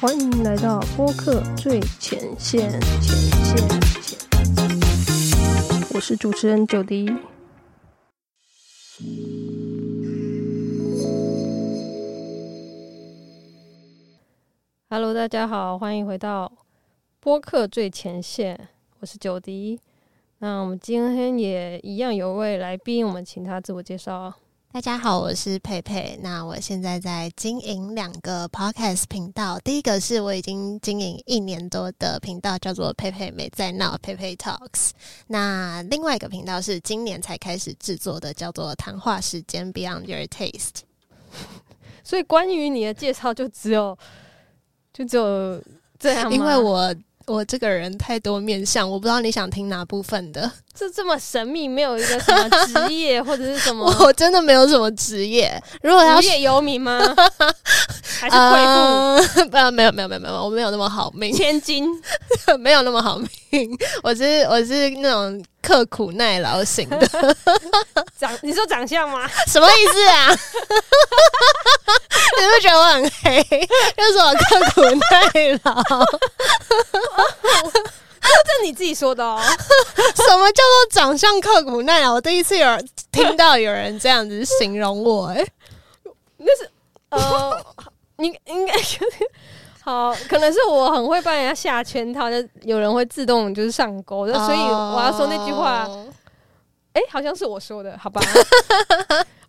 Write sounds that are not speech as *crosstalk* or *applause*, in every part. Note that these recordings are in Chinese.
欢迎来到播客最前线，前线，前线。我是主持人九迪。Hello，大家好，欢迎回到播客最前线，我是九迪。那我们今天也一样有位来宾，我们请他自我介绍啊。大家好，我是佩佩。那我现在在经营两个 podcast 频道，第一个是我已经经营一年多的频道，叫做佩佩没在闹佩佩 Talks。那另外一个频道是今年才开始制作的，叫做谈话时间 Beyond Your Taste。所以关于你的介绍就只有就只有这样吗，因为我我这个人太多面向，我不知道你想听哪部分的。这这么神秘，没有一个什 *laughs* 么职业或者是什么我真的没有什么职业，如果要职业游民 *laughs* 吗？还是贵妇？呃， *laughs* 没有没有没有没有，我没有那么好命妇、。千金？ *laughs* 没有那么好命，我是我是那种刻苦耐劳 *laughs* 型的，长你说长相 *laughs* 吗？什么意思啊？你 *laughs* 是不是觉得我很黑？就是我刻苦耐 *laughs* 劳。这你自己说的哦。什么叫做长相刻苦耐劳？我第一次有人听到有人这样子形容我、欸， *laughs* 呃，你应该觉得好，可能是我很会帮人家下圈套，就有人会自动就是上钩，就 *laughs* 所以哦我要说那句话，哎、好像是我说的，好 *laughs* 吧？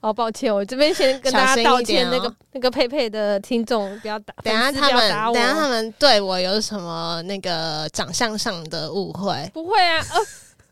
好，抱歉，我这边先跟大小家心道一歉点，哦那个那个佩佩的听众不要打，等一下粉丝他不们要打，等我一下他们对我有什么那个长相上的误会？不会啊，呃，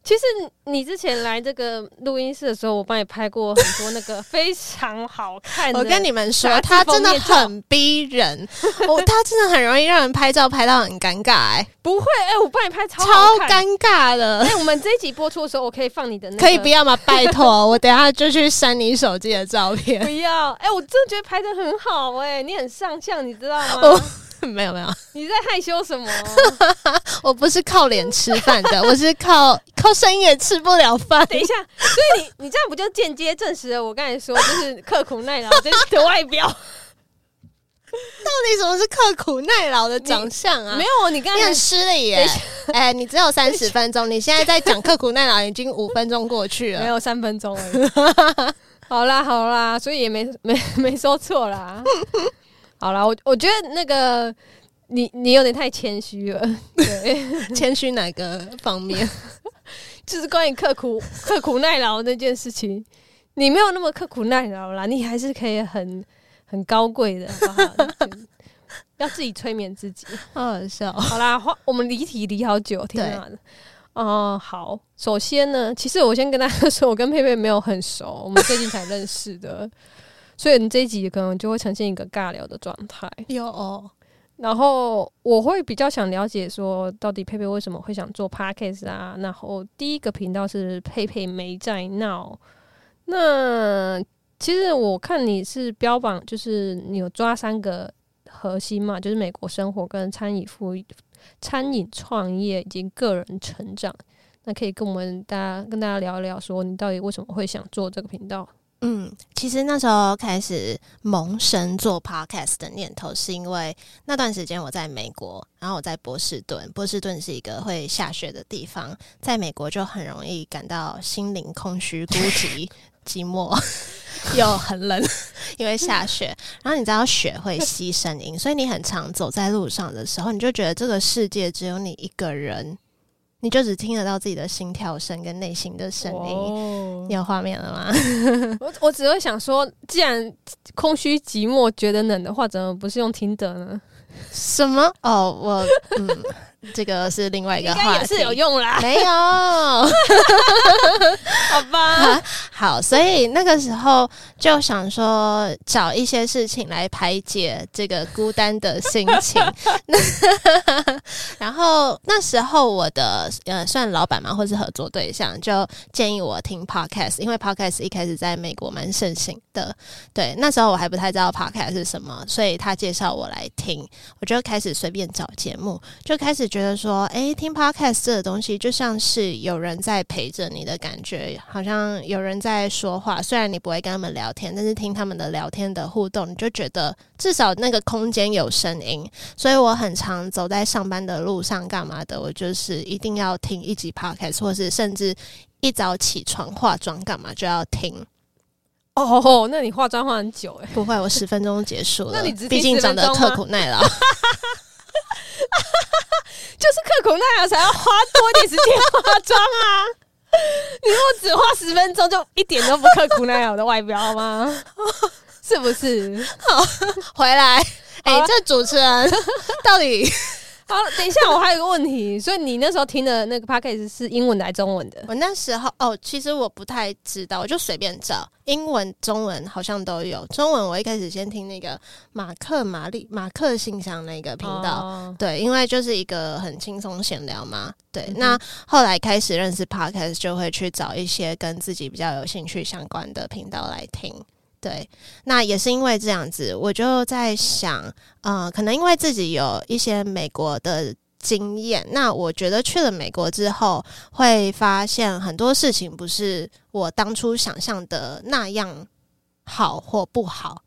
其实你之前来这个录音室的时候，我帮你拍过很多那个非常好看的。我跟你们说，杂志他真的封面照很逼人，哦，他真的很容易让人拍照拍到很尴尬、欸，不会，哎、我帮你拍超超好看。尴尬的哎、。我们这一集播出的时候，我可以放你的那个。 *laughs* 可以不要吗？拜托，我等一下就去删你手机的照片 *laughs* 不。要？哎、我真的觉得拍的很好、哎，你很上相，你知道吗我？没有没有，你在害羞什么？我不是靠脸吃饭的，我是靠靠声音也吃不了饭。等一下，所以你你这样不就间接证实了我刚才说就是刻苦耐劳这的外表？到底什么是刻苦耐劳的长相啊？ *laughs* 没有，你刚你才很失礼耶！哎、你只有三十分钟，你现在在讲刻苦耐劳，已经五分钟过去没了。有三分钟而已。 *laughs* 好啦好啦，所以也没 *laughs* 没没说错啦。好啦，我我觉得那个你你有点太谦虚了，对，谦虚哪个方面？就是关于刻苦刻苦耐劳那件事情，你没有那么刻苦耐劳啦，你还是可以很很高贵的，好不好？就是要自己催眠自己。好好 *laughs* 笑。好啦，话我们离题离好久，天啊！哦、好，首先呢，其实我先跟大家 *laughs* 说，我跟佩佩没有很熟，我们最近才认识的，所以你这一集可能就会呈现一个尬聊的状态。有哦，然后我会比较想了解说，到底佩佩为什么会想做 podcast 啊？然后第一个频道是佩佩没在闹。那其实我看你是标榜，就是你有抓三个核心嘛，就是美国生活跟餐饮服务、餐饮创业以及个人成长。那可以跟我们大家跟大家聊一聊，说你到底为什么会想做这个频道？嗯，其实那时候开始萌生做 podcast 的念头，是因为那段时间我在美国，然后我在波士顿，波士顿是一个会下雪的地方，在美国就很容易感到心灵空虚、孤寂、寂寞， *laughs* 又很冷， *laughs* 因为下雪。然后你知道雪会吸声音，所以你很常走在路上的时候，你就觉得这个世界只有你一个人，你就只听得到自己的心跳声跟内心的声音。哦你有画面了吗？我我只会想说，既然空虚寂寞觉得冷的话，怎么不是用听的呢？什么？哦，我嗯， *laughs* 这个是另外一应个话该题，也是有用 *laughs* 啦，没有？ *laughs* 好 *laughs* 吧？好，所以那个时候就想说找一些事情来排解这个孤单的心情。 *laughs* 那然后那时候我的呃算老板嘛，或是合作对象，就建议我听 podcast，因为 podcast 一开始在美国蛮盛行的。对，那时候我还不太知道 podcast 是什么，所以他介绍我来听，我就开始随便找节目，就开始觉得说，诶，听 podcast 这个东西就像是有人在陪着你的感觉，好像有人在说话。虽然你不会跟他们聊天，但是听他们的聊天的互动，你就觉得至少那个空间有声音。所以我很常走在上班的路上干嘛的，我就是一定要听一集 podcast，或是甚至一早起床化妆干嘛就要听。哦，那你化妆化很久哎、不会，我十分钟就结束 *laughs* 了那你只，听毕竟10长得分钟刻吗苦耐劳。 *laughs* 就是刻苦耐劳才要花多点时间化妆啊。 *laughs* 你如果只花十分钟，就一点都不刻苦耐劳的外表好 *laughs* 吗？是不是？回来，哎、好啊这主持人 *laughs* 到底好，等一下，我还有一个问题，所以你那时候听的那个 podcast 是英文的还是中文的？我那时候哦，其实我不太知道，我就随便找，英文、中文好像都有。中文我一开始先听那个马克玛丽马克信箱那个频道。哦对，因为就是一个很轻松闲聊嘛。对，嗯哼那后来开始认识 podcast，就会去找一些跟自己比较有兴趣相关的频道来听。对，那也是因为这样子，我就在想，呃，可能因为自己有一些美国的经验，那我觉得去了美国之后，会发现很多事情不是我当初想象的那样好或不好。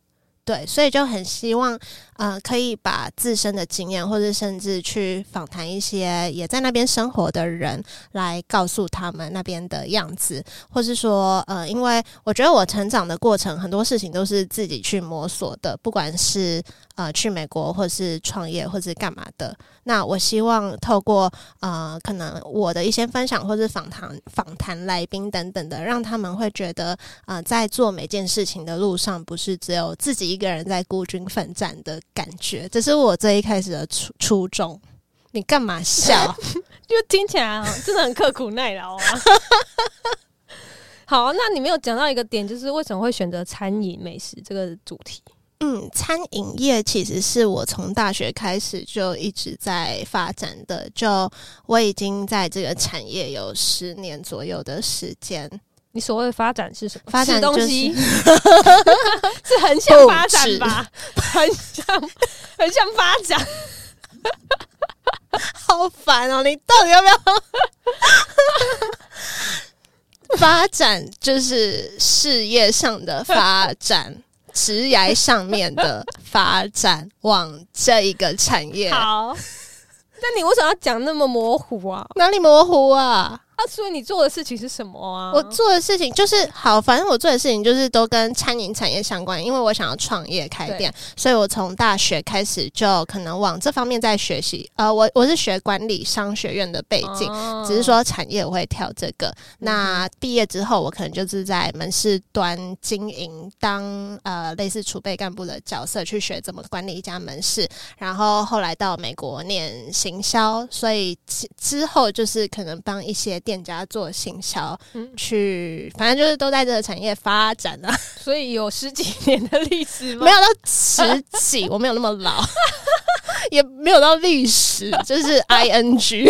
对，所以就很希望，呃，可以把自身的经验，或者甚至去访谈一些也在那边生活的人，来告诉他们那边的样子，或是说，呃，因为我觉得我成长的过程，很多事情都是自己去摸索的，不管是呃去美国，或是创业，或是干嘛的。那我希望透过呃，可能我的一些分享，或是访谈、访谈来宾等等的，让他们会觉得，呃，在做每件事情的路上，不是只有自己一个人在孤军奋战的感觉。这是我最一开始的初初衷。你干嘛笑？就听起来、哦真的很刻苦耐劳啊。 *laughs* 好，啊那你没有讲到一个点，就是为什么会选择餐饮美食这个主题？嗯，餐饮业其实是我从大学开始就一直在发展的，就我已经在这个产业有十年左右的时间。你所谓的发展是什么？发展吃东就是 *laughs* 西是横向发展吧？横向横向发展， *laughs* 好烦哦！你到底要不 *laughs* 要发展？就是事业上的发展，职涯上面的发展，往这一个产业好，那你为什么要讲那么模糊啊？哪里模糊啊？啊，所以你做的事情是什么啊？我做的事情就是好，反正我做的事情就是都跟餐饮产业相关，因为我想要创业开店，所以我从大学开始就可能往这方面在学习。呃，我我是学管理商学院的背景，哦只是说产业我会跳这个。那毕业之后，我可能就是在门市端经营，当呃类似储备干部的角色去学怎么管理一家门市。然后后来到美国念行销，所以之之后就是可能帮一些店家做行销，嗯去反正就是都在这个产业发展啊，所以有十几年的历史吗？ *laughs* 没有到十几，我没有那么老。 *laughs* 也没有到历史，就是 I N G，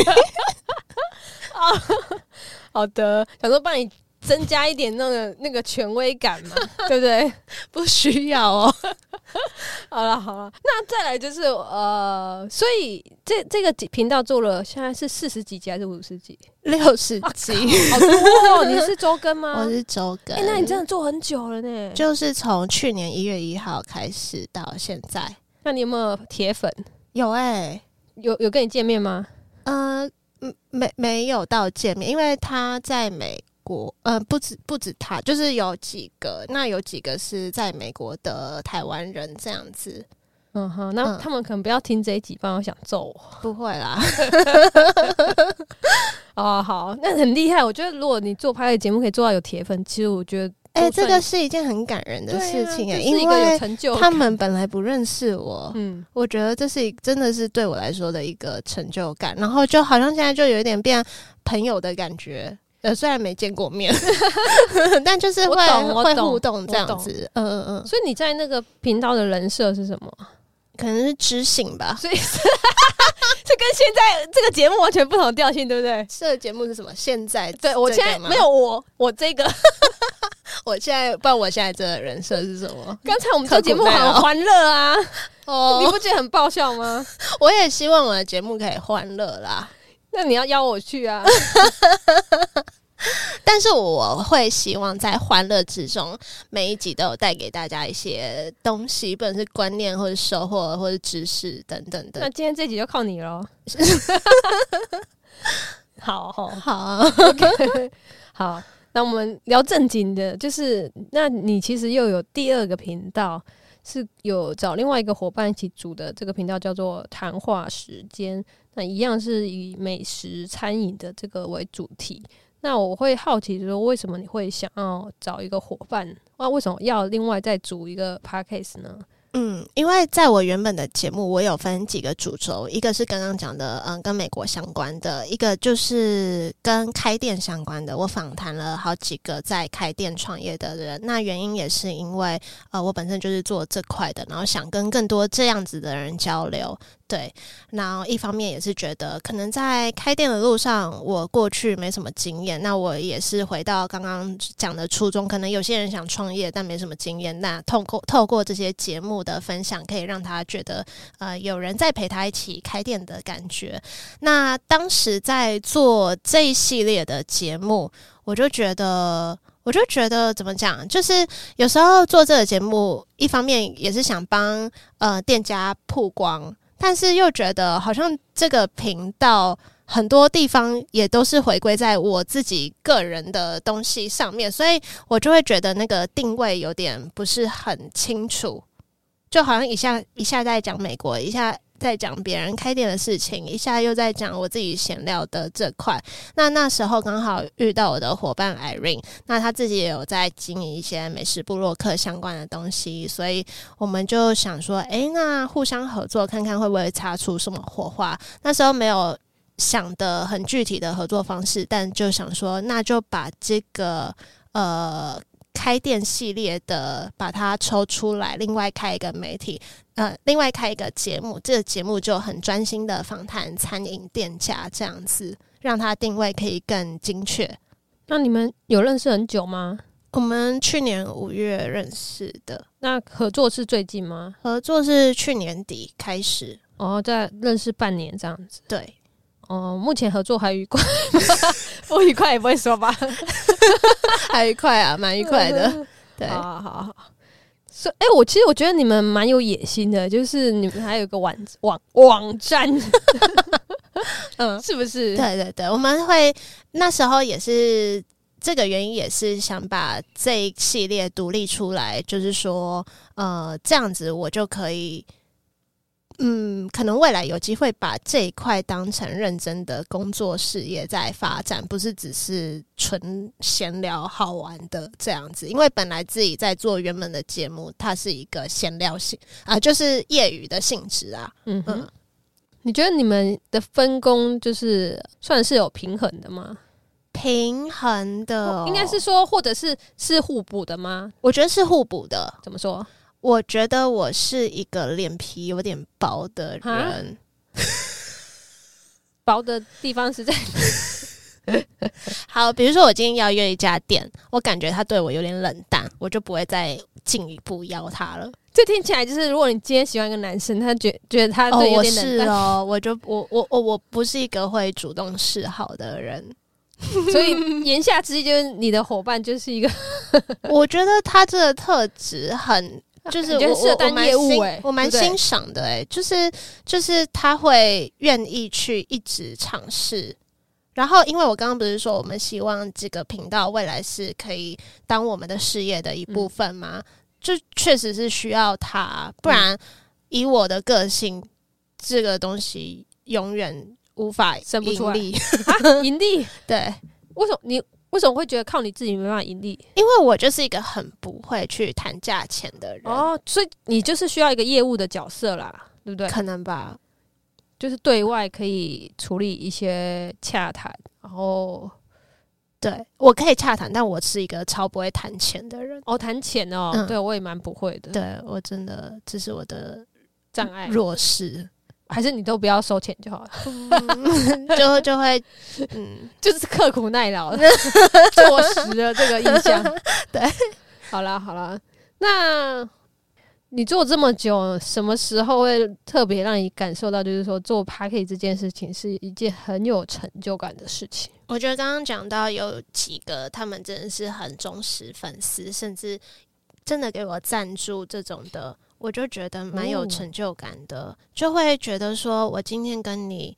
好的，想说帮你增加一点那个那个权威感 *laughs* 嘛，对不对？不需要哦。 *laughs* 好了好了，那再来就是呃，所以这这个频道做了现在是四十几集还是五十集？六十集，好多哦！你是周更吗？ *laughs* *laughs* 我是周更。哎、那你真的做很久了呢。就是从去年一月一号开始到现在，那你有没有铁粉？有哎、有有跟你见面吗？呃，嗯没没有到见面，因为他在美国，呃，不止不止他，就是有几个，那有几个是在美国的台湾人这样子，嗯哼，那嗯他们可能不要听这一集，不然我想揍我。不会啦，哦，好，那很厉害。我觉得如果你做拍的节目可以做到有铁粉，其实我觉得哎、都这算个是一件很感人的对啊事情哎、这是一因个有为成就他感。们本来不认识我，嗯，我觉得这是一真的是对我来说的一个成就感，然后就好像现在就有一点变朋友的感觉。呃，虽然没见 *laughs* 过面，但就是我会懂我会懂互动这我懂样子。嗯嗯嗯，所以你在那个频道的人设是什么？可能是知性吧。所以是 *laughs* 这跟现在这个节目完全不同的调性，对不对？这个节目是什么？现在 *laughs* 对，我这现个在吗没有我，我这个我现在，不然我现在这个人设是什么？ *laughs* 刚才我们做节目刻苦耐劳很欢乐啊， *laughs* 你 *laughs* 哦，不觉得很爆笑 *laughs* 吗？我也希望我的节目可以欢乐啦，那你要邀我去啊？但是我会希望在欢乐之中，每一集都有带给大家一些东西，不论是观念或者收获或者知识等等那的。今天这集就靠你 *laughs* 喽。好好好啊、 *laughs* 好，那我们聊正经的，就是那你其实又有第二个频道，是有找另外一个伙伴一起组的，这个频道叫做谈话时间，那一样是以美食餐饮的这个为主题。那我会好奇说，为什么你会想要找一个伙伴？那为什么要另外再组一个 podcast 呢？嗯，因为在我原本的节目，我有分几个主轴，一个是刚刚讲的，嗯，跟美国相关的，一个就是跟开店相关的。我访谈了好几个在开店创业的人，那原因也是因为，呃，我本身就是做这块的，然后想跟更多这样子的人交流。对，然后一方面也是觉得，可能在开店的路上，我过去没什么经验。那我也是回到刚刚讲的初衷，可能有些人想创业，但没什么经验。那透过透过这些节目的分享，可以让他觉得，呃，有人在陪他一起开店的感觉。那当时在做这一系列的节目，我就觉得。我就觉得怎么讲，就是有时候做这个节目，一方面也是想帮呃店家曝光，但是又觉得好像这个频道很多地方也都是回归在我自己个人的东西上面，所以我就会觉得那个定位有点不是很清楚，就好像一下一下在讲美国，一下。在讲别人开店的事情，一下又在讲我自己闲聊的这块。那那时候刚好遇到我的伙伴 Irene，那她自己也有在经营一些美食部落客相关的东西，所以我们就想说，诶，那互相合作看看会不会擦出什么火花。那时候没有想的很具体的合作方式，但就想说，那就把这个呃开店系列的把它抽出来，另外开一个媒体，呃，另外开一个节目。这个节目就很专心的访谈餐饮店家这样子，让它定位可以更精确。那你们有认识很久吗？我们去年五月认识的，那合作是最近吗？合作是去年底开始，哦，在认识半年这样子。对。哦，目前合作还愉快， *laughs* 不愉快也不会说吧？还愉快啊，蛮愉 *laughs* 快的。 *laughs* 对，嗯好好好好。所以，哎、我其实我觉得你们蛮有野心的，就是你们还有一个网网网 *laughs* 站，嗯，是不是？对对对，我们会那时候也是这个原因，也是想把这一系列独立出来，就是说，呃，这样子我就可以。嗯，可能未来有机会把这一块当成认真的工作事业在发展，不是只是纯闲聊好玩的这样子。因为本来自己在做原本的节目，它是一个闲聊性啊、就是业余的性质啊。嗯嗯，哼。你觉得你们的分工就是算是有平衡的吗？平衡的哦、应该是说，或者是是互补的吗？我觉得是互补的。怎么说？我觉得我是一个脸皮有点薄的人，薄的地方是在 *laughs* 好，比如说我今天邀约一家店，我感觉他对我有点冷淡，我就不会再进一步邀他了。这听起来就是，如果你今天喜欢一个男生，他觉觉得他哦，啊对有我点冷是淡，哦，我就我我我我不是一个会主动示好的人。所以言下之意就是你的伙伴就是一个 *laughs* 我觉得他这个特质很，就是感啊觉我适合我我当蛮业务欣欸我蛮对不对欣赏的哎、就是就是他会愿意去一直尝试。然后，因为我刚刚不是说我们希望这个频道未来是可以当我们的事业的一嗯部分吗？就确实是需要他，不然以我的个性，这个东西永远无法生不出来盈利啊盈利。 *laughs* 对，为什么你为什么会觉得靠你自己没办法盈利？因为我就是一个很不会去谈价钱的人，哦，所以你就是需要一个业务的角色啦，对不对？可能吧。就是对外可以处理一些洽谈，然后对我可以洽谈，但我是一个超不会谈钱的人。哦谈钱哦，嗯对我也蛮不会的对我真的，这是我的哎障碍。弱势。还是你都不要收钱就好了， *laughs* 就就会，嗯，就是刻苦耐劳了，坐实了这个印象。 *laughs* 对，好啦好啦，那你做这么久，什么时候会特别让你感受到，就是说做 p a c k a g e 这件事情是一件很有成就感的事情？我觉得刚刚讲到有几个，他们真的是很忠实粉丝，甚至真的给我赞助这种的，我就觉得蛮有哦成就感的，就会觉得说我今天跟你。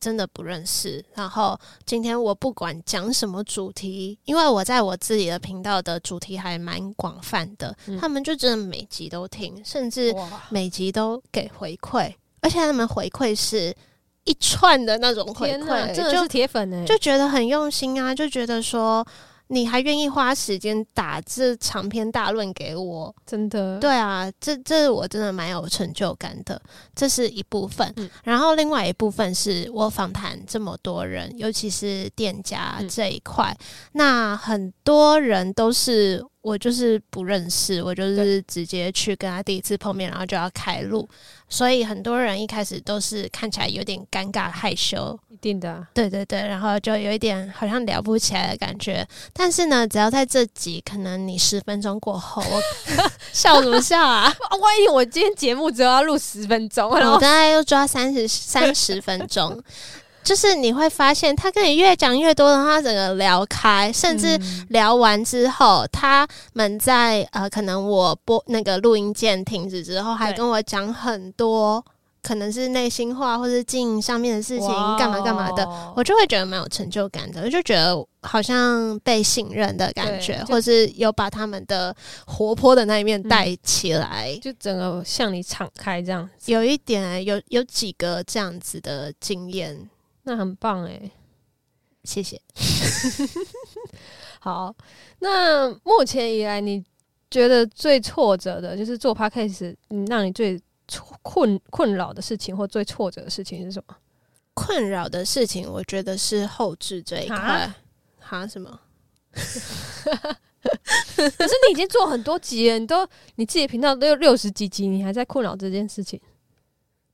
真的不认识，然后今天我不管讲什么主题，因为我在我自己的频道的主题还蛮广泛的，嗯他们就真的每集都听，甚至哇，每集都给回馈，而且他们回馈是一串的那种回天哪，馈，真的就是铁粉欸呢、就觉得很用心啊，就觉得说你还愿意花时间打这长篇大论给我，真的对啊，这这我真的蛮有成就感的，这是一部分。嗯然后另外一部分是我访谈这么多人，尤其是店家嗯这一块，那很多人都是我就是不认识，我就是直接去跟他第一次碰面，然后就要开录，所以很多人一开始都是看起来有点尴尬害羞，一定的、啊。对对对，然后就有一点好像聊不起来的感觉。但是呢，只要在这集，可能你十分钟过后， *laughs* 我笑什么 *laughs* 笑啊？哇万一我今天节目只有要录十分钟，然我后大概要抓三十三十分钟，就是你会发现他跟你越讲越多，然后他整个聊开，甚至嗯聊完之后，他们在呃，可能我播那个录音键停止之后，还对跟我讲很多，可能是内心话或是经营上面的事情，干嘛干嘛的。哇我就会觉得蛮有成就感的，我就觉得好像被信任的感觉对，就嗯或是有把他们的活泼的那一面带起来，就整个向你敞开这样子，有一点有有几个这样子的经验，那很棒哎、谢谢。好，那目前以来，你觉得最挫折的，就是做 podcast，嗯让你最挫困困扰的事情或最挫折的事情是 *laughs* 什么？困扰的事情，我觉得是后置这一块啊。哈？什么？可是你已经做很多集了，你都你自己的频道都有六十几集，你还在困扰这件事情，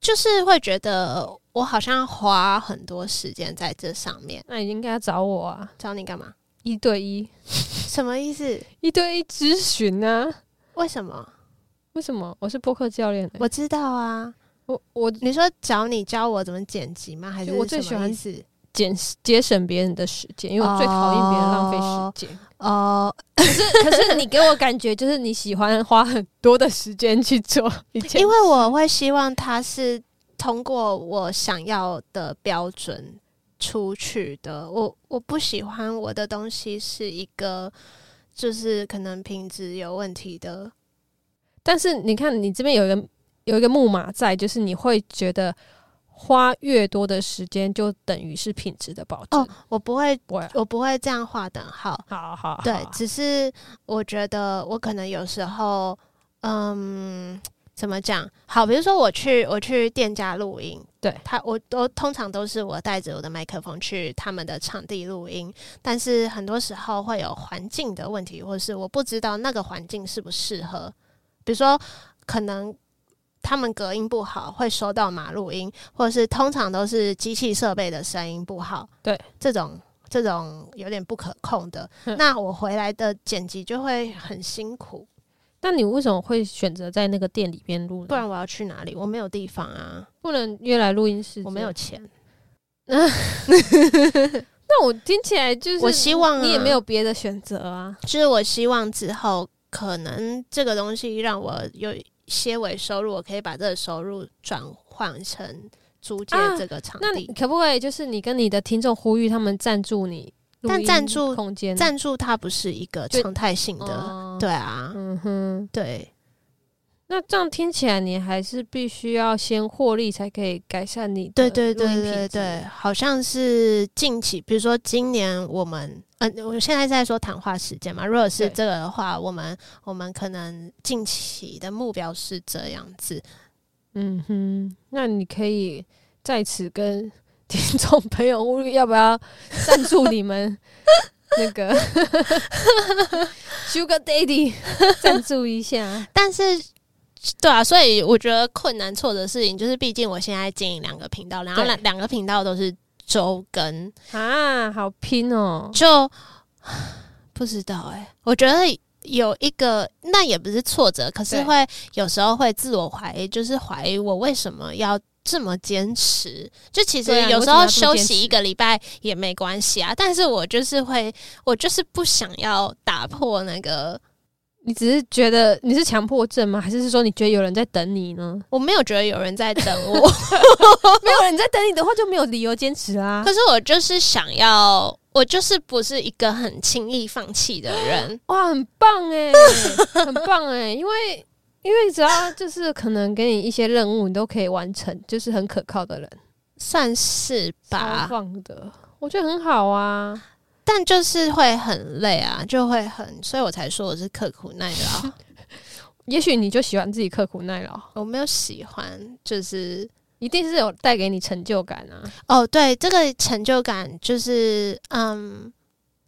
就是会觉得我好像花很多时间在这上面，那你应该要找我啊，找你干嘛？一对一，什么意思？一对一咨询啊。为什么？为什么我是播客教练、欸？我知道啊，我我你说找你教我怎么剪辑吗？还是就我最喜欢什么意思节节省别人的时间，因为我最讨厌别人浪费哦时间。哦，可是你给我感觉就是你喜欢花很多的时间去做一件，因为我会希望它是通过我想要的标准出去的。我我不喜欢我的东西是一个就是可能品质有问题的。但是你看你这边有一个有一个木马在，就是你会觉得花越多的时间就等于是品质的保证。哦，我不会，我我不会这样划等号。好好好，啊对，只是我觉得我可能有时候，嗯，怎么讲？好，比如说我去我去店家录音，对他，我都通常都是我带着我的麦克风去他们的场地录音，但是很多时候会有环境的问题，或是我不知道那个环境适不适合，比如说可能。他们隔音不好，会收到马路音，或者是通常都是机器设备的声音不好。对，这种这种有点不可控的，嗯那我回来的剪辑就会很辛苦，那你为什么会选择在那个店里边录呢？不然我要去哪里？我没有地方啊，不能约来录音室，我没有。钱。那我听起来就是，我希望啊你也没有别的选择啊。就是我希望之后可能这个东西让我有些微收入，我可以把这个收入转换成租借啊这个场那你地。可不可以就是你跟你的听众呼吁他们赞助你录音但赞助空间赞助它不是一个就常态性的，哦对啊，嗯哼。对，那这样听起来，你还是必须要先获利，才可以改善你的对对录音对品对质对，好像是近期，比如说今年我们，嗯、我现在在说谈话时间嘛。如果是对这个的话，我们我们可能近期的目标是这样子。嗯哼，那你可以在此跟听众朋友呼吁，要不要赞助你们 *laughs* 那个 Sugar Daddy 赞助一下？但是对啊，所以我觉得困难挫折的事情就是，毕竟我现在经营两个频道，然后对两两个频道都是周更，啊，好拼哦！就 *sighs* 不知道哎、我觉得有一个那也不是挫折，可是对会有时候会自我怀疑，就是怀疑我为什么要。这么坚持，就其实对啊有你为时什么候要这么休坚息持一个礼拜也没关系啊。但是我就是会，我就是不想要打破那个，你只是觉得你是强迫症吗？还是说你觉得有人在等你 *laughs* 呢？我没有觉得有人在等 *laughs* 我，没有人在等你的话，就没有理由坚持 *laughs* 啊。。可是我就是想要，我就是不是一个很轻易放弃的人哇，很棒哎、很棒哎、因为因为只要就是可能给你一些任务，你都可以完成，就是很可靠的人，算是啊超吧，棒的，我觉得很好啊。但就是会很累啊，就会很，所以我才说我是刻苦耐劳。也许你就喜欢自己刻苦耐劳，我没有喜欢，就是一定是有带给你成就感啊。哦，对，这个成就感就是，嗯，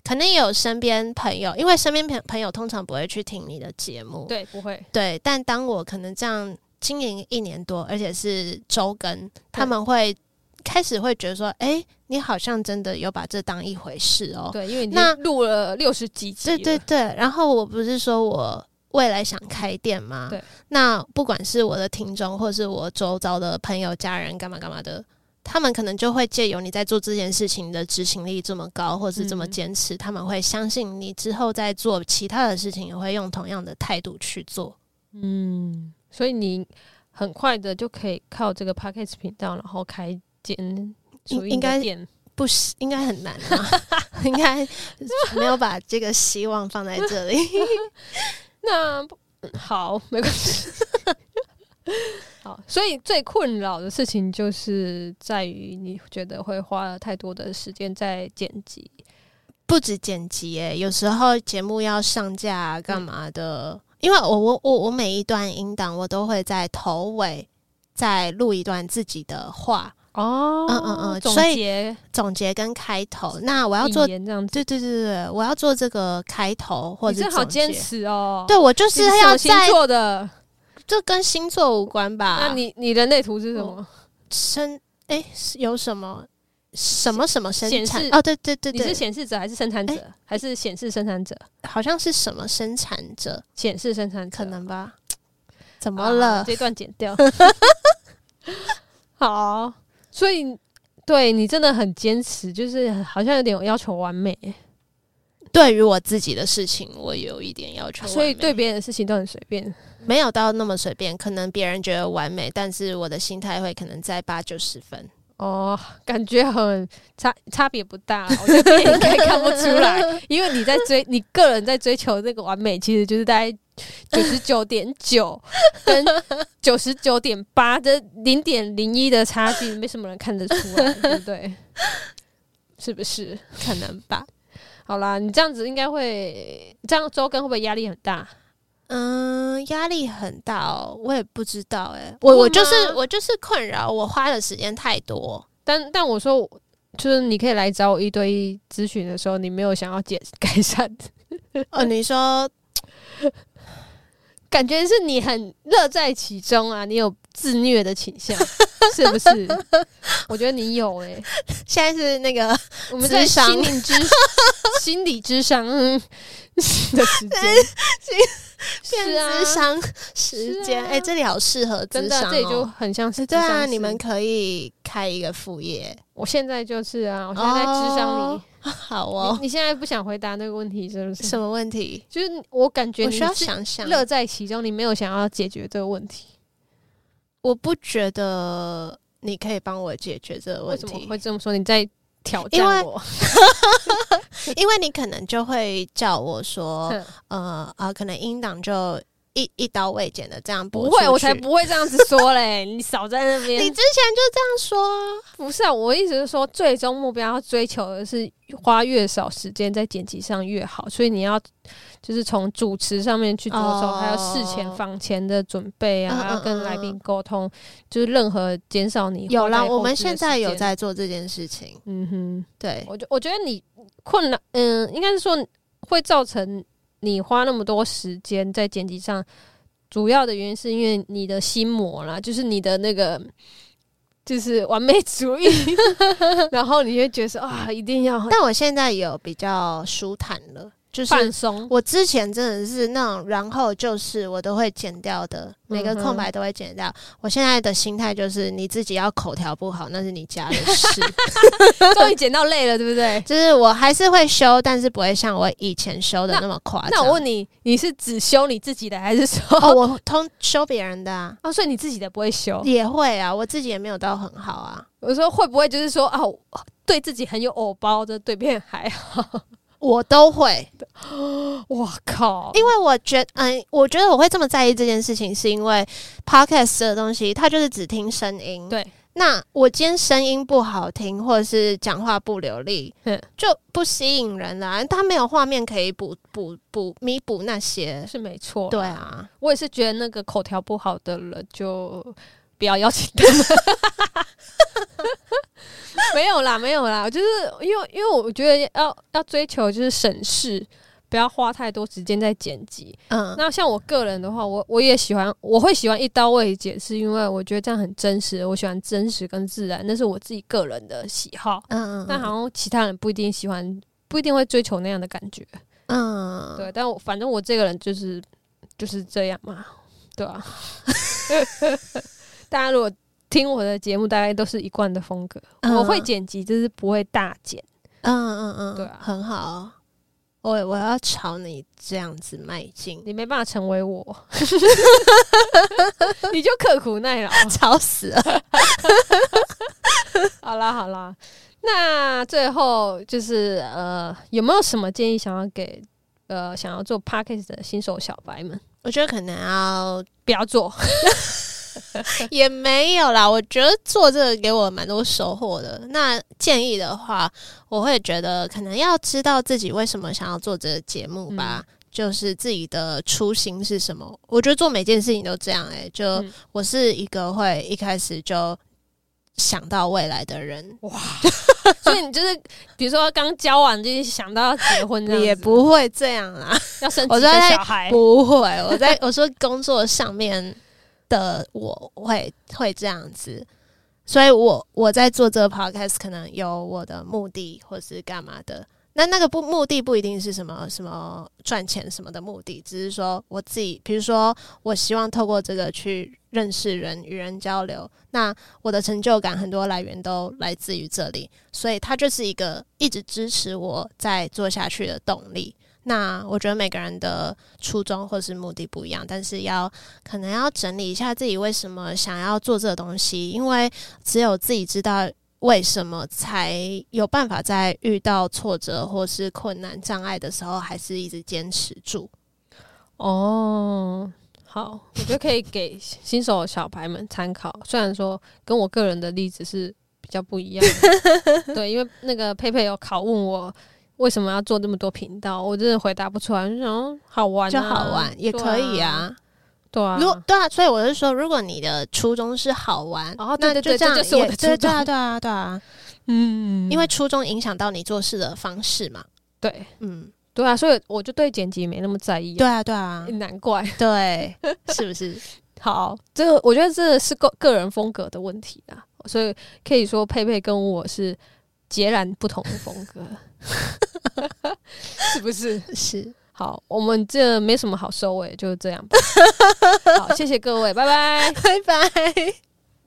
可能也有身边朋友，因为身边朋朋友通常不会去听你的节目，对，不会，对，但当我可能这样经营一年多，而且是周更，他们会开始会觉得说，哎、你好像真的有把这当一回事哦。对，因为你那录了六十几集对了，对对，然后我不是说我未来想开店吗？对，那不管是我的听众，或是我周遭的朋友、家人，干嘛干嘛的。他们可能就会借由你在做这件事情的执行力这么高，或是这么嗯坚持，他们会相信你之后在做其他的事情也会用同样的态度去做。嗯，所以你很快的就可以靠这个 p a c k a g e 频道，然后开一间属于你应该的店。不是，应该很难 *laughs* 啊，应该没有把这个希望放在这里。那不嗯好，没关系。 *laughs* 好，所以最困扰的事情就是在于你觉得会花了太多的时间在剪辑，不止剪辑耶，有时候节目要上架啊嗯干、嘛的，因为我我我我每一段音档我都会在头尾再录一段自己的话，哦嗯嗯嗯总所以结总结跟开头。那我我要做，对言这样子，对对对，对我要做这个开头或你者真好坚。持哦。对，我就你是什要么星在，啊座的？这跟星座无关吧？那你你人类图是什哦么？生哎、是有什么什么什么生显产示？哦，对对对你对，哎是显示者还是生产者？还是显示生产者？好像是什么生产者，显示生产者可能啊吧？怎么好了？这段剪掉。 *laughs* 好，所以对你真的很坚持，就是好像有点要求完美，对于我自己的事情，我有一点要求完美，所以对别人的事情都很随便。没有到那么随便。可能别人觉得完美，但是我的心态会可能在八九十分。哦，感觉很差差别不大，我觉得 *laughs* 应该看不出 *laughs* 来，因为你在追你个人在追求那个完美，其实就是大概九十九点九跟九十九点八这零点零一的差距，没什么人看得出来，对不对？是不是？ *laughs* 可能吧。好啦，你这样子应该会这样周更会不会压力很大？嗯，压力很大哦，我也不知道欸哎、我我就是吗我就是困扰，我花的时间太 *laughs* 多。但但我说我，就是你可以来找我一对一咨询的时候，你没有想要解改善，哦，你说感觉是你很乐在其中啊，你有自虐的倾向，是不 *laughs* 是？我觉得你有诶、现在是那个我们在咨商心灵之心理之商嗯的时 *laughs* 间， *laughs* 是变啊智，商哦时间，是啊哎、这里好适合智真商、的哦，这里就很像是对智啊，商你们室可以开一个副业，我现在就是啊，我现在在智商哦你。好 *laughs* 你，你现在不想回答那个问题是不是？什么问题？就是我感觉我你需要是想想，乐在其中，你没有想要解决这个问题，我不觉得你可以帮我解决这个为问什么题会，这么说？你在挑因为战我？因为你可能就会叫我说，哼呃啊，可能音档就一一刀未剪的这样播不会，出我才去。不会这样子说嘞！ *laughs* 你少在那你边之前就。这样说啊，不是啊，我意思是说，最终目标要追求的是花越少时间在剪辑上越好，所以你要就是从主持上面去着手，哦还有事前访前的准备啊，嗯嗯要跟嗯来宾嗯沟通，就是任何减少你有花啦，在我后们置的现在时有间，在做这件事情，嗯哼。对，我觉我觉得你困难，嗯，应该是说会造成你花那么多时间在剪辑上，主要的原因是因为你的心魔啦，就是你的那个就是完美主 *laughs* 义， *laughs* 然后你会觉得说啊，一定要但我现在有比较舒坦了，就是放松。 *laughs* 我之前真的是那种，然后就是我都会剪掉的，每个嗯哼空白都会剪掉。我现在的心态就是，你自己要口条不好，那是你家的事。终于剪到累了，对不 *laughs* 对？就是我还是会修，但是不会像我以前修的那么夸张。那我问你，你是只修你自己的，还是说啊哦，我通修别人的啊， *laughs* 哦，所以你自己的不会修？也会啊，我自己也没有到很好啊。我说会不会就是说啊，我对自己很有偶包，这对别人还好？我都会，我靠！因为我觉嗯，我觉得我会这么在意这件事情，是因为 podcast 的东西，它就是只听声音。对，那我今天声音不好听，或者是讲话不流利嗯，就不吸引人啦、它没有画面可以补补补弥补那些。是没错。对，啊，我也是觉得那个口条不好的人就不要邀请他们。 *laughs* 没有啦，没有啦，就是因为因为我觉得要要追求就是省事，不要花太多时间在剪辑。嗯，那像我个人的话，我我也喜欢，我会喜欢一刀未剪，是因为我觉得这样很真实，我喜欢真实跟自然，那是我自己个人的喜好。嗯但好像其他人不一定喜欢，不一定会追求那样的感觉。嗯，对，但我反正我这个人就是就是这样嘛，对啊。 *laughs* 大家如果听我的节目，大概都是一贯的风格。嗯我会，剪辑，就是不会大剪。嗯嗯嗯，对啊很好。我我要朝你这样子迈进， *laughs* 你没办法成为我， *laughs* 你就刻苦耐劳。吵死了。好啦好啦，那最后就是呃，有没有什么建议想要给呃想要做 p a c k a g e 的新手小白们？我觉得可能 *laughs* 要不要做，也没有啦，我觉得做这个给我蛮多收获的。那建议的话，我会觉得可能要知道自己为什么想要做这个节目吧。嗯就是自己的初心是什么？我觉得做每件事情都这样、欸，就、嗯我是一个会一开始就想到未来的人，所以你就是比如说刚交往就是想到要结婚这样子，也不会这样啦，要生我几个说在小孩，不会。我在我说工作上面的我会会这样子，所以我我在做这个 podcast 可能有我的目的或是干嘛的。那那个不目的不一定是什么什么赚钱什么的目的，只是说我自己，比如说我希望透过这个去认识人、与人交流。那我的成就感很多来源都来自于这里，所以它就是一个一直支持我在做下去的动力。那我觉得每个人的初衷或是目的不一样，但是要可能要整理一下自己为什么想要做这个东西，因为只有自己知道为什么，才有办法在遇到挫折或是困难障碍的时候，还是一直坚持住。哦，好，我觉得可以给新手小白们参考。虽然说跟我个人的例子是比较不一样的对，因为那个佩佩有拷问我为什么要做这么多频道，我真的回答不出来，我就想哦好玩、啊、就好玩也可以啊，对啊，如对果啊。对啊，所以我是说，如果你的初衷是好玩，哦对那对对这样这就是我也的对初衷对啊，对啊，对啊， *laughs* 嗯，因为初衷影响到你做事的方式嘛，对嗯，对啊，所以我就对剪辑没那么在意、对啊，*laughs* 对啊，难怪。对，是不是？ *laughs* 好，这个我觉得这是个个人风格的问题啊，所以可以说佩佩跟我是截然不同的风格， *laughs* 是不是？是。好，我们这没什么好收尾，就是这样吧。好，谢谢各位，拜拜。拜拜。